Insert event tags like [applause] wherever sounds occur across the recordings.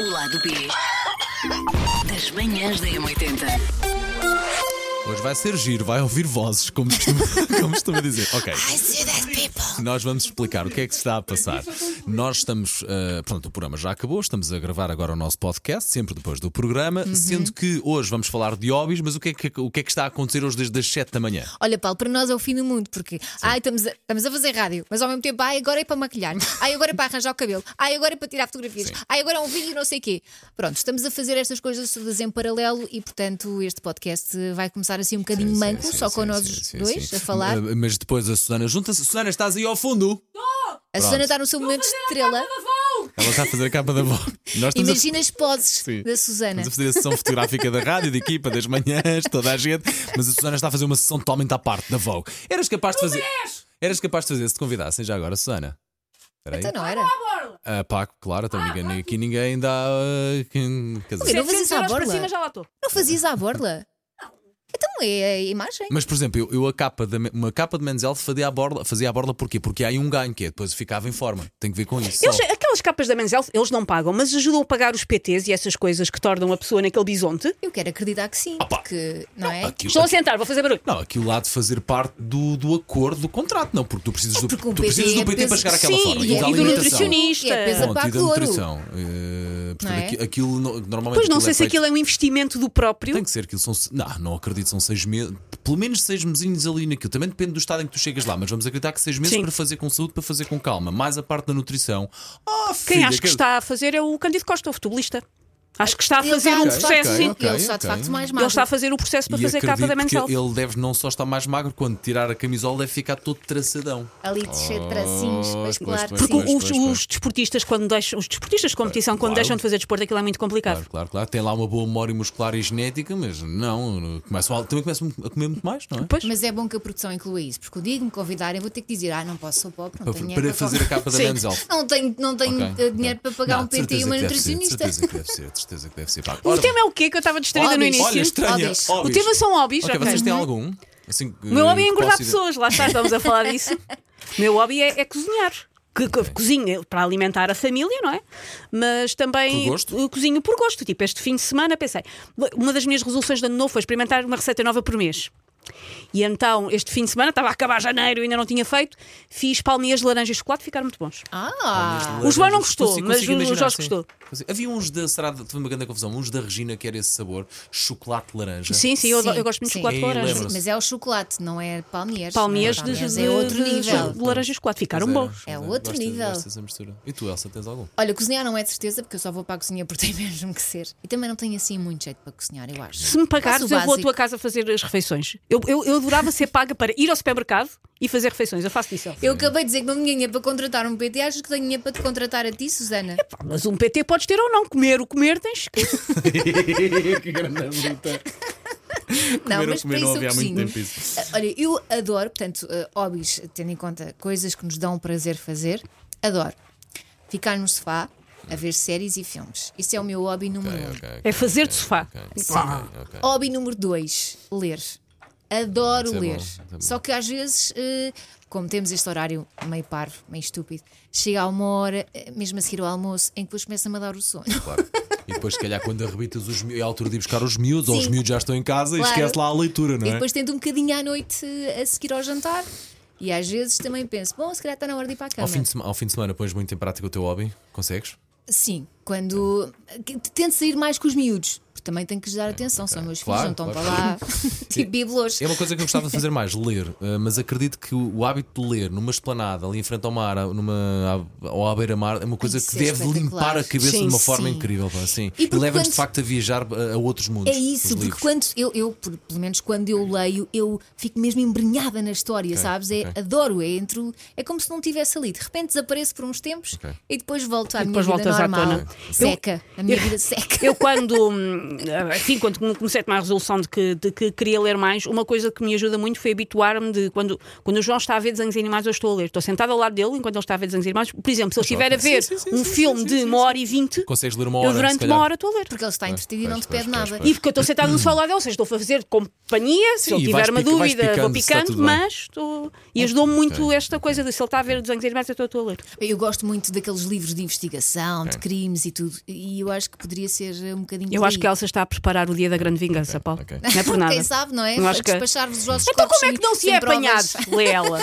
O lado B das manhãs da M80. Hoje vai ser giro, vai ouvir vozes, como costuma, [laughs] como costuma dizer. Ok, I see that people. nós vamos explicar o que é que se está a passar. Nós estamos. eh, pronto, o programa já acabou, estamos a gravar agora o nosso podcast, sempre depois do programa, sendo que hoje vamos falar de hobbies, mas o que é que, o que, é que está a acontecer hoje desde as 7 da manhã? Olha, Paulo, para nós é o fim do mundo, porque ai, estamos, a, estamos a fazer rádio, mas ao mesmo tempo, ai, agora é para maquilhar, [laughs] ai, agora é para arranjar o cabelo, ai, agora é para tirar fotografias, Sim. ai, agora é um vídeo e não sei o quê. Pronto, estamos a fazer estas coisas todas em paralelo e, portanto, este podcast eh, vai começar assim um bocadinho manco, Sim, sim, só sim, com nós sim, sim, dois sim. a falar. Eh, Mas depois a Susana junta-se. Susana, estás aí ao [laughs] fundo? a Susana está no seu momento de estrela. Ela está a fazer a capa da voz. Nós estamos a- Imagina as poses Sim. da Susana. Estamos a fazer a sessão fotográfica da rádio, da equipa, das manhãs, toda a gente. Mas a Susana está a fazer uma sessão totalmente à parte da Vogue. Eras capaz de fazer. Eras capaz de fazer se te convidassem já agora, Susana? Espera aí. Então não era? Ah, pá, claro, então ninguém, aqui ninguém dá. ah, quem- quer dizer- Sim. não vou dizer à euros para borla. cima já lá estou. Não fazias à borla? Então é a imagem. Mas, por exemplo, eu, eu a capa da, uma capa de Menzel fazia à borla, fazia à borla porquê? Porque há aí um ganho, que é depois eu ficava em forma. Tem que ver com isso. Eles, só. aquelas capas da Menzel, eles não pagam, mas ajudam a pagar os PTs e essas coisas que tornam a pessoa naquele bisonte. Eu quero acreditar que sim, Opa. porque não é? Aquilo- Estão a sentar, vou fazer barulho. Não, aquilo lá de fazer parte do, do acordo do contrato, não, porque tu precisas, do, porque um tu precisas PT do PT para peso- chegar àquela Sim, forma. e da do alimentação. nutricionista. E é peso a Pronto, e da ouro. nutrição. Eh, portanto, Não é? aqui- aquilo no- normalmente. Pois não aquilo sei é se feito- aquilo é um investimento do próprio. Tem que ser aquilo. São, se- não, não acredito, são seis meses. Pelo menos seis mesinhos ali naquilo. Também depende do estado em que tu chegas lá, mas vamos acreditar que seis meses Sim. para fazer com saúde, para fazer com calma. Mais a parte da nutrição. Oh, Quem filha, acho que está a fazer é o Candido Costa, o futebolista. Acho que está a Ele fazer está, um de facto, processo, sim. ok, Ele está de ok. facto mais Ele magro. está a fazer o processo para E fazer a capa da acredito Menzel. que ele deve não só estar mais magro, quando tirar a camisola deve ficar todo traçadão. Ali de Oh, cheio de tracinhos, Pois, pois claro. pois, Porque sim. pois, os, pois, pois. os desportistas, quando deixam, os desportistas de competição, quando Claro. deixam de fazer desporto, aquilo é muito complicado. Claro, claro, claro. Tem lá uma boa memória muscular e genética, mas não. Começam a, também começam a comer muito mais, não é? Pois. Mas é bom que a produção inclua isso, porque o dia que me convidarem, vou ter que dizer: ah, não posso, sou pobre, não Para, tenho dinheiro para fazer a pagar- capa da Sim. Menzel. [laughs] Não tenho, não tenho Ok, eh, dinheiro ok. para pagar Não, um de PT e uma certeza que deve ser, de nutricionista. certeza que deve ser, de certeza que deve ser. Pá, O ora, tema é o quê que eu estava distraída no Hobbies. início? Olha, estranha. Hobbies. O tema são hobbies, Ok, ok. vocês têm algum? Assim, O meu hobby é engordar pessoas, lá está, estamos a falar [laughs] disso. O meu hobby é, é cozinhar. Que, que- Cozinho para alimentar a família, não é? Mas também Por gosto? eu cozinho por gosto. Tipo, este fim de semana pensei, uma das minhas resoluções de ano novo foi experimentar uma receita nova por mês. E então, este fim de semana, estava a acabar janeiro, ainda não tinha feito, fiz palmeiras de laranja e chocolate, ficaram muito bons. Ah, O João não gostou, mas o Jorge gostou. Havia uns da Serada, teve uma grande confusão, uns da Regina que era esse sabor, chocolate de laranja. Sim, sim, eu, Sim, eu gosto muito sim. de chocolate Ei, com laranja. lembro-me. mas, mas é o chocolate, não é palmiers. Palmeiras não de, é? palmiers, de- é outro de- nível. de laranja e Pois chocolate, ficaram é, bons. pois É outro Gosto- nível. gosto dessa mistura. E tu, Elsa, tens algum? Olha, cozinhar não é de certeza, porque eu só vou para a cozinha porque [laughs] tem mesmo que ser. E também não tenho assim muito jeito para cozinhar, eu acho. Se me Faço pagares, o eu vou à básico. tua casa fazer as refeições. Eu, eu, eu adorava ser paga para ir ao supermercado e fazer refeições. Eu faço isso. Elsa. Eu acabei de dizer que não tinha dinheiro para contratar um PT, achas que tenho dinheiro para te contratar a [laughs] ti, Susana? É Mas um PT podes ter ou não. Comer o comer tens que. [laughs] que grande bruta. Não, Comer ou mas comer não para isso eu havia há muito cozinho. tempo isso. Ah, Olha, eu adoro, portanto, ah, hobbies, tendo em conta coisas que nos dão prazer fazer, adoro. Ficar no sofá a ver séries e filmes. Isso é o meu hobby número um. É fazer de sofá. Hobby número dois, ler. Adoro Isso é ler. bom, isso é bom. Só que às vezes, eh, como temos este horário meio parvo, meio estúpido, chega a uma hora, eh, mesmo a seguir ao almoço, em que depois começa-me a dar o sono. [laughs] Claro. E depois, se calhar, quando arrebitas os miúdos, é a altura de ir buscar os miúdos, ou os Sim. miúdos já estão em casa Claro. e esquece lá a leitura, não E é? depois tento um bocadinho à noite eh, a seguir ao jantar. E às vezes também penso, bom, se calhar está na hora de ir para a Ao cama. fim, de sema- ao fim de semana pões muito em prática o teu hobby? Consegues? Sim, quando que- tento sair mais com os miúdos, porque também tenho que lhes dar atenção, são meus filhos, É, claro, não estão claro. para lá [laughs] tipo bibelôs. É uma coisa que eu gostava de fazer mais, ler. Eh, mas acredito que o, o hábito de ler numa esplanada, ali em frente ao mar, numa, à- ou à beira-mar, é uma coisa Isso que é deve limpar a espetacular. cabeça Sim, de uma forma sim. incrível. pá, Assim. E E, porque leva-nos quando- de facto a viajar eh, a outros mundos. É isso, os porque livros. quando eu, eu, por- pelo menos quando eu leio, eu fico mesmo embrenhada na história, sabes? É, ok. Adoro, é entre o- é como se não tivesse ali, de repente desapareço por uns tempos Ok. e depois volto à depois minha vida voltas à normal. tona. Seca, a minha vida seca. Eu, quando, hum, assim, quando comecei a tomar a resolução de que, de que queria ler mais, uma coisa que me ajuda muito foi habituar-me de quando, quando o João está a ver desenhos animados, eu estou a ler. Estou sentada ao lado dele enquanto ele está a ver desenhos animados. Por exemplo, se ele estiver a ver Sim, sim, sim, um sim, filme sim, de sim, uma sim. hora e vinte, Consegues ler uma eu hora, se durante calhar. uma hora estou a [laughs] ler. Porque ele está entretido e não pois, te pede pois, pois, nada. pois. E porque eu estou sentada no sofá ao lado dele, ou seja, estou a fazer companhia, se Sim, ele e tiver vais uma pica- vais dúvida, vou picando, se está picando, tudo bem. mas estou. E ajudou-me muito esta coisa de se ele está a ver desenhos animados, eu estou- estou a ler. Eu gosto muito daqueles livros de investigação, de Ok. crimes e tudo. E eu acho que poderia ser um bocadinho. Eu por acho aí. que a Elsa está a preparar o dia da grande vingança, Paulo. ok. Não é por [laughs] nada. Quem sabe, não é? Eu acho que- Despachar-vos os vossos Então corpos como é que não se sem- é sem apanhado? provas. [laughs] Lê ela.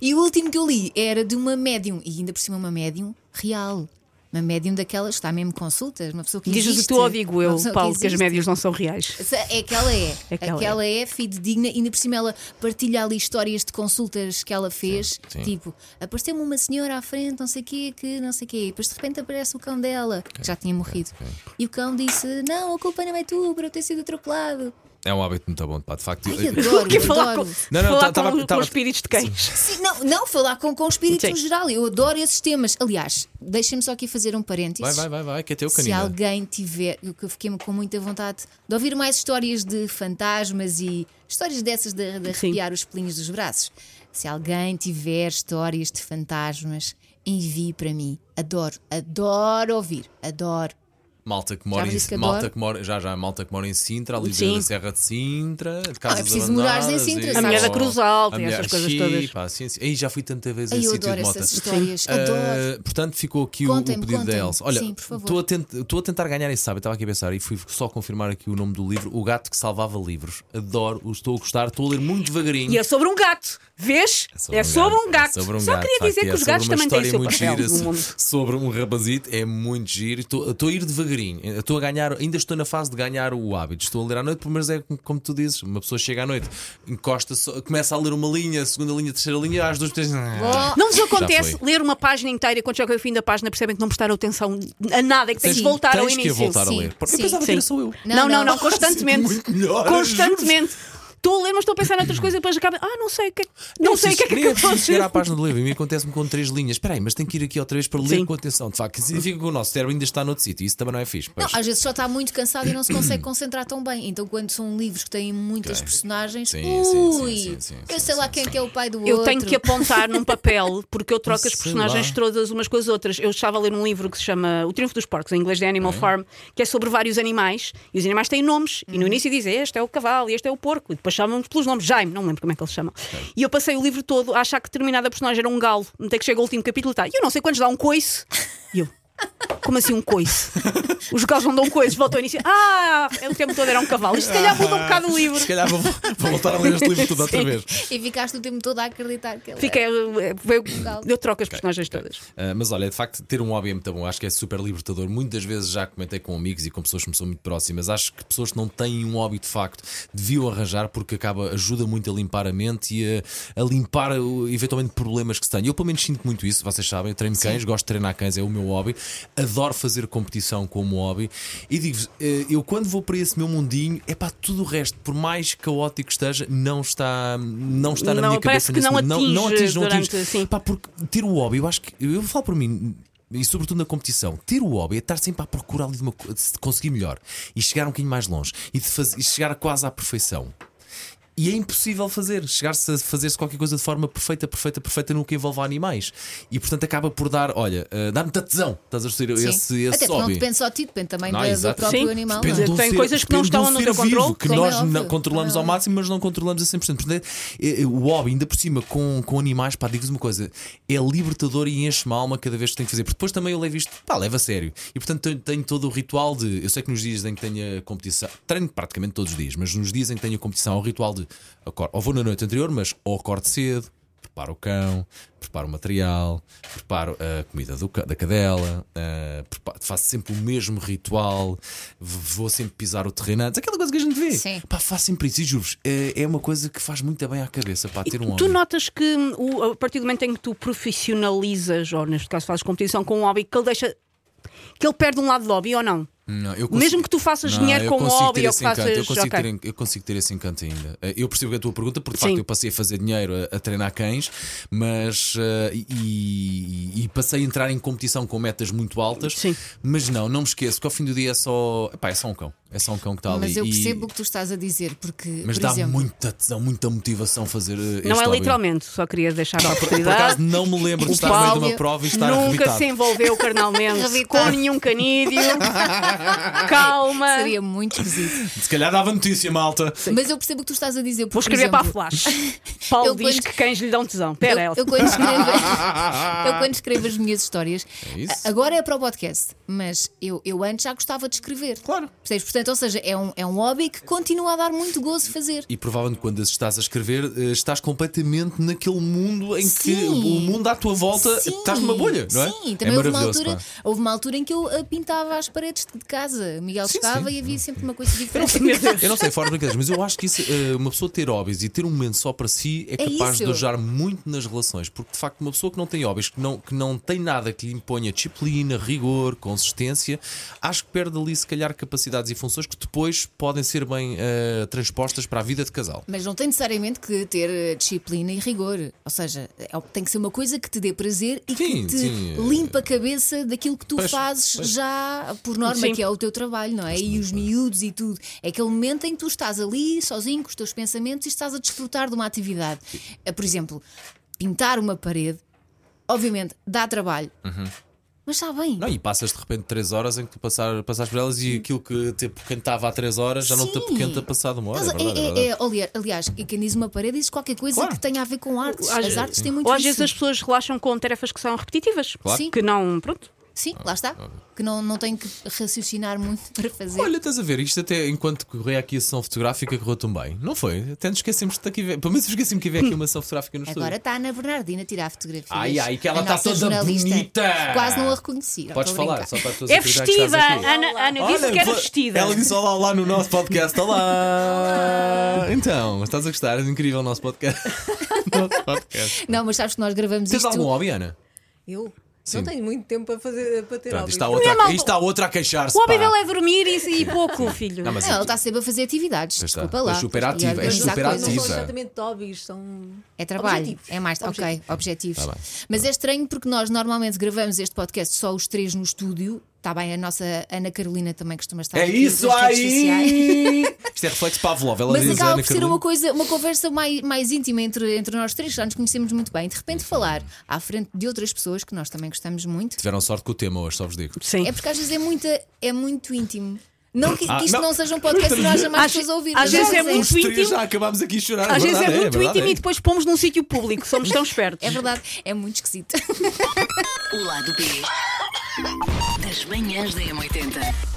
E o último que eu li era de uma médium, e ainda por cima uma médium real. Uma médium daquelas, está mesmo consultas, uma pessoa que Dizes o existe. tu ou digo Uma eu, pessoa Paulo, que as existe. médias não são reais. Se- É que ela é. É que ela Aquela é. fidedigna, e ainda por cima ela partilha ali histórias de consultas que ela fez. sim. Tipo, apareceu-me uma senhora à frente, não sei o quê, que não sei o quê. E depois de repente aparece o cão dela, É, que já tinha morrido. E o cão disse: Não, a culpa não é tua por eu ter sido atropelado. É um hábito muito bom, pá, de facto. [laughs] Ai, adoro, Que falar com, adoro. Não, não, falar tava- com, com tava- os espíritos de cães. Sim, não, não, falar com, com o espírito Sim. no geral. Eu adoro esses temas. Aliás, deixem-me só aqui fazer um parênteses. Vai, vai, vai, vai, que é teu Se canina. alguém tiver, eu que fiquei com muita vontade de ouvir mais histórias de fantasmas e histórias dessas de, de Sim. arrepiar os pelinhos dos braços. Se alguém tiver histórias de fantasmas, envie para mim. Adoro, adoro ouvir, adoro. Malta que mora Já em disse que malta adoro. que mora, já já malta que mora em Sintra, ali Sim. da Serra de Sintra, de casas é preciso abandonadas, morares em Sintra, e- Oh. sabes? A mulher da Cruz Alta A e mulher- essas coisas Sim, todas. Pá, sim, sim. Aí já fui tanta vez a Ai, eu sítio adoro de motas. essas histórias, adoro. Ah, portanto, ficou aqui o- Contem-me, o pedido contem-me. da Elsa. Olha, Sim, por favor. estou a, tent- estou a tentar ganhar esse sábado. Estava aqui a pensar e fui só confirmar aqui o nome do livro: O Gato que Salvava Livros. Adoro, o estou a gostar, estou a ler muito devagarinho. E é sobre um gato, vês? É sobre um gato. é sobre um Só gato, queria de facto, dizer e que é os gatos sobre uma também têm o história seu papel muito no gira mundo. so- Sobre um rapazito, é muito giro. Estou estou a ir devagarinho. Estou a ganhar, ainda estou na fase de ganhar o hábito. Estou a ler à noite, pelo menos é como- como tu dizes: uma pessoa chega à noite, encosta, só- começa a ler uma linha, a segunda linha, a terceira linha, às duas, três. ah, Não vos Já acontece foi. ler uma página inteira e quando chega ao fim da página percebem que não prestaram atenção a nada, é que tens de Sim. voltar ao Tens que início. voltar a Sim, ler. sim. Eu pensava que era Sim. só eu. Não, não, não, Não, não. constantemente. [laughs] Muito melhor, constantemente. Estou a ler, mas estou a pensar noutras coisas e depois acaba. Ah, não sei o que é que- Não, sei o que é que Nem é acabou preciso de chegar à ser. página do livro. A mim acontece-me com três linhas. Espera aí, mas tenho que ir aqui outra vez para ler Sim. com atenção. De facto, significa que o nosso cérebro ainda está noutro sítio. Isso também não é fixe. Não, pois. às vezes só está muito cansado e não se consegue concentrar tão bem. Então, quando são livros que têm muitas Ok. personagens, Sim, sim, ui, sim, sim, sim, eu sim, sei lá sim, quem sim. que é o pai do outro. Eu tenho que apontar num papel porque eu troco as Sei personagens lá. todas umas com as outras. Eu estava a ler um livro que se chama O Triunfo dos Porcos, em inglês de Animal Farm, que é sobre vários animais e os animais têm nomes. E no início dizem este é o cavalo e este é o porco, e depois chamam-nos pelos nomes. Jaime, não me lembro como é que eles chamam. E eu passei o livro todo a achar que determinada personagem era um galo. Até que chega o último capítulo e está, eu não sei quantos dá um coice. E eu. Como assim [laughs] um coice? Os galos não dão coices, voltam ao início. Ah, o tempo todo era um cavalo. Isto se calhar muda um bocado o livro. Se calhar vou, vou voltar a ler este livro tudo outra Sim. vez. E ficaste o tempo todo a acreditar que ele Fica, é. eu troco as personagens todas. Uh, mas olha, de facto, ter um hobby é muito bom. Acho que é super libertador. Muitas vezes já comentei com amigos e com pessoas que me são muito próximas. Acho que pessoas que não têm um hobby de facto deviam arranjar porque acaba, ajuda muito a limpar a mente e a, a limpar o- eventualmente problemas que se têm. Eu pelo menos sinto muito isso, vocês sabem. Eu treino cães, gosto de treinar cães, é o meu hobby. Adoro fazer competição como hobby. E digo-vos, eh, eu quando vou para esse meu mundinho, é pá, tudo o resto, por mais caótico que esteja, não está, não está na Não, minha parece cabeça. que nesse não momento. não atinge atinge, não atinge. durante- sim. Pá, porque ter o hobby, eu acho que. Eu falo por mim. E sobretudo na competição, ter o hobby é estar sempre à procura ali de, uma, co- de se conseguir melhor e chegar um bocadinho mais longe e, de faz- e chegar quase à perfeição. E é impossível fazer, chegar-se a fazer-se qualquer coisa de forma perfeita, perfeita, perfeita, nunca envolve animais. E portanto acaba por dar, olha, eh, dá-me tesão, estás a perceber? Sim. Esse, esse Até porque não hobby. depende só de ti, depende também Não, da- do exato. próprio Sim. animal. Depende não é? de um Tem coisas que não depende de estão um no ser teu vivo, controle, Que como é nós óbvio, não controlamos como é ao máximo, mas não controlamos a 100%. Portanto, é- é- o hobby, ainda por cima, com, com animais, pá, digo-vos uma coisa, é libertador e enche-me a alma cada vez que tenho que fazer. Porque depois também eu levo isto, pá, leva a sério. E portanto tenho, tenho todo o ritual de. Eu sei que nos dias em que tenho a competição, treino praticamente todos os dias, mas nos dias em que tenho a competição, é o ritual de. acor- Ou vou na noite anterior, mas ou acordo cedo. Preparo o cão, preparo o material, preparo a comida do ca- da cadela, ah, prepa- faço sempre o mesmo ritual, v- vou sempre pisar o terreno antes, aquela coisa que a gente vê. Sim. Pá, faço sempre isso e juro-vos, é, é uma coisa que faz muito bem à cabeça para ter um Tu homem. notas que hum, o- a partir do momento em que tu profissionalizas, ou neste caso fazes competição com um hobby, que ele deixa que ele perde um lado de hobby ou não? Não, eu Mesmo que tu faças dinheiro eu com um consigo hobby ter ou que esse encanto, faças. Eu consigo, ok. ter, en- eu consigo ter esse encanto ainda. Eh, Eu percebo a tua pergunta, porque de Sim. facto eu passei a fazer dinheiro a, a treinar cães, mas. eh, e, e- e passei a entrar em competição com metas muito altas. Sim. Mas não, não me esqueço que ao fim do dia é só. Epá, é só um cão. É só um cão que está ali. Mas eu E- percebo o que tu estás a dizer, porque, mas por dá exemplo, muita tesão, muita motivação fazer. eh, Não este é hobby. literalmente, só queria deixar a Por acaso oportunidade. não me lembro de O estar no meio de uma Paulo prova e estar Nunca arrebitado. se envolveu [laughs] carnalmente Arrebitado. com nenhum canídeo. [laughs] Calma. seria um muito [laughs] esquisito. Se calhar dava notícia, malta. Mas eu percebo o que tu estás a dizer. Porque, Vou escrever por para a exemplo, [laughs] flash. Paulo Eu diz quando- que cães lhe dão tesão. Pera, eu, Elsa. eu quando [laughs] escrevo, eu quando escrevo as minhas histórias, É isso. a- agora é para o podcast, mas eu, eu antes já gostava de escrever. Claro. Portanto, ou seja, é um, é um hobby que continua a dar muito gozo fazer. E provavelmente quando as estás a escrever, eh, estás completamente naquele mundo em que Sim. o mundo à tua volta Sim, estás numa bolha, não é? Sim, é também houve, uma maravilhoso. altura, pá. houve uma altura em que eu ah, pintava as paredes de casa. Miguel Sim, chegava sim. e havia sempre uma coisa diferente. Meu Deus. [laughs] Eu não sei, fora de brincadeiras, mas eu acho que isso, eh, uma pessoa ter hobbies e ter um momento só para si é capaz de isso. ajudar muito nas relações, porque de facto uma pessoa que não tem hobbies, que não, que não tem nada que lhe imponha disciplina, rigor, consistência, acho que perde ali se calhar capacidades e funções que depois podem ser bem eh, transpostas para a vida de casal. Mas não tem necessariamente que ter eh, disciplina e rigor. Ou seja, é- tem que ser uma coisa que te dê prazer e Sim, que te sim, eh, limpa a cabeça daquilo que tu pois, fazes já por norma, Sim. que é o teu trabalho, não é? E os miúdos e tudo. É aquele momento em que tu estás ali, sozinho, com os teus pensamentos e estás a desfrutar de uma atividade. Eh, Por exemplo, pintar uma parede, obviamente, dá trabalho. Mas está bem. Uhum. Não, é e passas de repente 3 horas em que tu passar, passares por elas e aquilo que te apoquentava há 3 horas já não te Sim. apoquenta passado uma hora. Estás é a- verdade, é é- verdade. é- olha, aliás, e quem diz uma parede diz qualquer coisa Claro. que tenha a ver com artes. Às- As artes têm muito Ou às isso. vezes as pessoas relaxam com tarefas que são repetitivas. Claro. Sim. Que não. Pronto. Sim, Ah, lá está. Que não, não tenho que raciocinar muito para fazer. Olha, estás a ver, isto até enquanto corria aqui a sessão fotográfica correu tão bem. Não foi? Até nos esquecemos de aqui ver. Pelo menos esqueci-me que havia aqui uma sessão fotográfica no Agora estúdio. está a Ana Bernardina a tirar fotografias. Ai, ai, que ela A está nossa toda jornalista. bonita. Quase não a reconheci. Podes estou a falar, brincar. só para as pessoas É acreditarem que vestida! estás aqui. Ana, Ana disse Olha, que era foi- vestida. Ela disse olá, olá no nosso podcast. Olá! Então, estás a gostar? É incrível o nosso podcast. [laughs] nosso podcast. [laughs] Não, mas sabes que nós gravamos Tens isto. algum hobby, Ana? Eu? Sim. Não tenho muito tempo para, fazer, para ter Pronto, hobbies. isto está outra, mal- isto está outra a queixar-se. O hobby pá. dela é dormir e, e pouco, filho. Não, mas é- Não, ela está sempre a fazer atividades. Pois está. Desculpa É lá. superativa, E a é organizar Não superativa. coisas. são ativa. exatamente hobbies, são. É trabalho, objetivos. é mais, ok, Objetivos. objetivos. Tá bem. Mas é estranho porque nós normalmente gravamos este podcast só os três no estúdio. Está bem, a nossa Ana Carolina também costuma estar Tá, É aqui isso nas redes sociais. aí! Isto é reflexo Pavlov. Ela Mas diz acaba Ana por ser uma Carolina. coisa, uma conversa mais, mais íntima entre, entre nós três, que já nos conhecemos muito bem. De repente falar à frente de outras pessoas que nós também gostamos muito. Tiveram sorte com o tema hoje, só vos digo. Sim. É porque às vezes é, muita, é muito íntimo. Não que, Ah, que isto não. não. seja um podcast e não haja mais Às- pessoas a ouvir. às mas vezes é às muito Os três íntimo. já acabámos aqui a chorar. Às vezes é verdade, muito verdade, íntimo é. e depois pomos num sítio público, somos tão espertos. [laughs] É verdade, é muito esquisito. O lado B das manhãs da M80.